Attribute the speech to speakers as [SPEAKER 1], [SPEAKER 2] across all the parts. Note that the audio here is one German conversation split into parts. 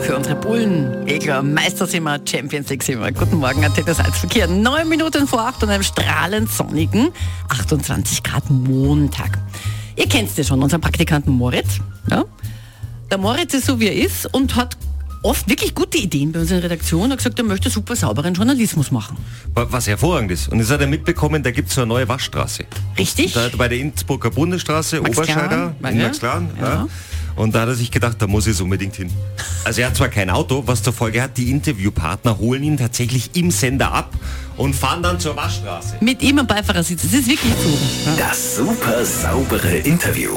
[SPEAKER 1] für unsere Bullen. Eh klar, Meister sind wir, Champions League sind wir. Guten Morgen, Antenne Salzverkehr. Neun Minuten vor acht und einem strahlend sonnigen 28 Grad Montag. Ihr kennt ja schon, unseren Praktikanten Moritz. Ja? Der Moritz ist so, wie er ist und hat oft wirklich gute Ideen bei uns in der Redaktion. Er hat gesagt, er möchte super sauberen Journalismus machen.
[SPEAKER 2] Was hervorragend ist. Und das hat er mitbekommen, da gibt es so eine neue Waschstraße.
[SPEAKER 1] Richtig?
[SPEAKER 2] Da hat bei der Innsbrucker Bundesstraße,
[SPEAKER 1] Max
[SPEAKER 2] Oberscheider,
[SPEAKER 1] Klan, meine
[SPEAKER 2] in
[SPEAKER 1] ich.
[SPEAKER 2] Max Klan,
[SPEAKER 1] Ja.
[SPEAKER 2] ja. Und da hat er sich gedacht, da muss ich es unbedingt hin. Also er hat zwar kein Auto, was zur Folge hat, die Interviewpartner holen ihn tatsächlich im Sender ab und fahren dann zur Waschstraße.
[SPEAKER 1] Mit ihm am Beifahrersitz. Es ist wirklich so.
[SPEAKER 3] Das super saubere Interview.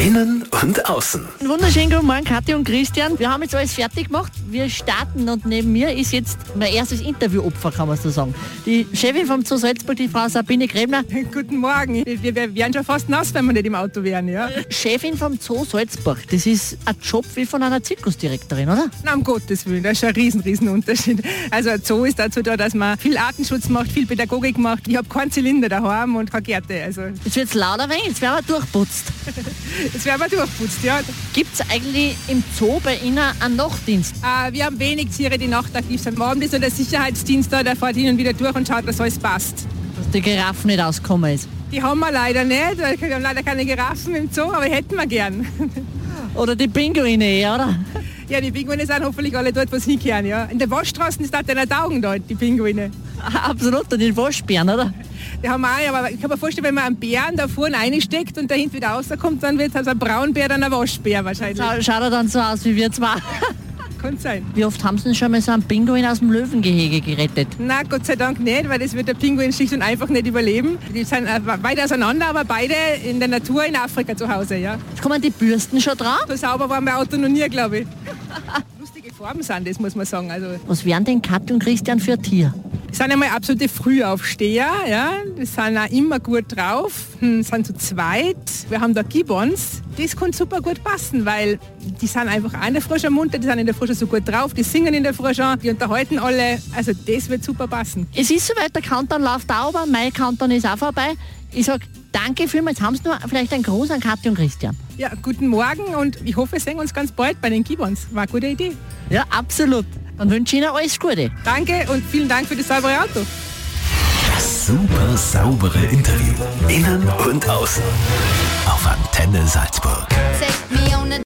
[SPEAKER 3] Innen und außen.
[SPEAKER 4] Wunderschönen guten Morgen, Kathi und Christian. Wir haben jetzt alles fertig gemacht. Wir starten und neben mir ist jetzt mein erstes Interviewopfer, kann man so sagen. Die Chefin vom Zoo Salzburg, die Frau Sabine Gräbner.
[SPEAKER 5] Guten Morgen. Wir, wir wären schon fast nass, wenn wir nicht im Auto wären, ja?
[SPEAKER 4] Chefin vom Zoo Salzburg, das ist ein Job wie von einer Zirkusdirektorin, oder?
[SPEAKER 5] Na, um Gottes Willen, das ist schon ein riesen, riesen Unterschied. Also ein Zoo ist dazu da, dass man viel Artenschutz macht, viel Pädagogik macht. Ich habe keinen Zylinder daheim und keine Gärte. Also
[SPEAKER 4] Jetzt wird es lauter wenig, jetzt werden wir durchputzt.
[SPEAKER 5] jetzt werden wir durchputzt, ja.
[SPEAKER 4] Gibt es eigentlich im Zoo bei Ihnen einen Nachtdienst?
[SPEAKER 5] Äh, wir haben wenig Tiere, die nachtaktiv sind. Morgen ist so der Sicherheitsdienst da, der fährt hin und wieder durch und schaut, dass alles passt.
[SPEAKER 4] Dass die Giraffe nicht ausgekommen ist.
[SPEAKER 5] Die haben wir leider nicht. Wir haben leider keine Giraffen im Zoo, aber hätten wir gern.
[SPEAKER 4] Oder die Pinguine eher, oder?
[SPEAKER 5] Ja, die Pinguine sind hoffentlich alle dort, wo sie hinkehren, ja. In der Waschstraße ist das deiner Taugen dort, die Pinguine.
[SPEAKER 4] Absolut, und den Waschbären, oder?
[SPEAKER 5] Die haben wir auch, aber ich kann mir vorstellen, wenn man einen Bären da vorne reinsteckt und dahinter wieder rauskommt, dann wird es ein Braunbär, dann ein Waschbär wahrscheinlich.
[SPEAKER 4] Schau- Schaut er dann so aus wie wir zwei.
[SPEAKER 5] Kann sein.
[SPEAKER 4] Wie oft haben Sie denn schon mal so einen Pinguin aus dem Löwengehege gerettet?
[SPEAKER 5] Na, Gott sei Dank nicht, weil das wird der Pinguin schlicht und einfach nicht überleben. Die sind äh, weit auseinander, aber beide in der Natur in Afrika zu Hause, ja.
[SPEAKER 4] Jetzt kommen die Bürsten schon drauf.
[SPEAKER 5] So sauber waren wir Auto noch nie, glaube ich. Lustige Formen sind das, muss man sagen. Also,
[SPEAKER 4] Was wären denn Kat und Christian für ein Tier?
[SPEAKER 5] das sind einmal absolute Frühaufsteher, ja. Die sind auch immer gut drauf, hm, sind zu zweit. Wir haben da Gibbons. Das kann super gut passen, weil die sind einfach auch in der Früh schon munter, die sind in der Früh schon so gut drauf, die singen in der Früh schon, die unterhalten alle. Also das wird super passen.
[SPEAKER 4] Es ist soweit, der Countdown läuft auch, aber mein Countdown ist auch vorbei. Ich sage, danke vielmals. Haben Sie nur vielleicht einen Gruß an Katja und Christian?
[SPEAKER 5] Ja, guten Morgen und ich hoffe, wir sehen uns ganz bald bei den Gibbons. War eine gute Idee.
[SPEAKER 4] Ja, absolut. Dann wünsche ich Ihnen alles Gute.
[SPEAKER 5] Danke und vielen Dank für das saubere Auto.
[SPEAKER 3] Das super saubere Interview. Innen und außen. Auf Antenne Salzburg.
[SPEAKER 6] Take me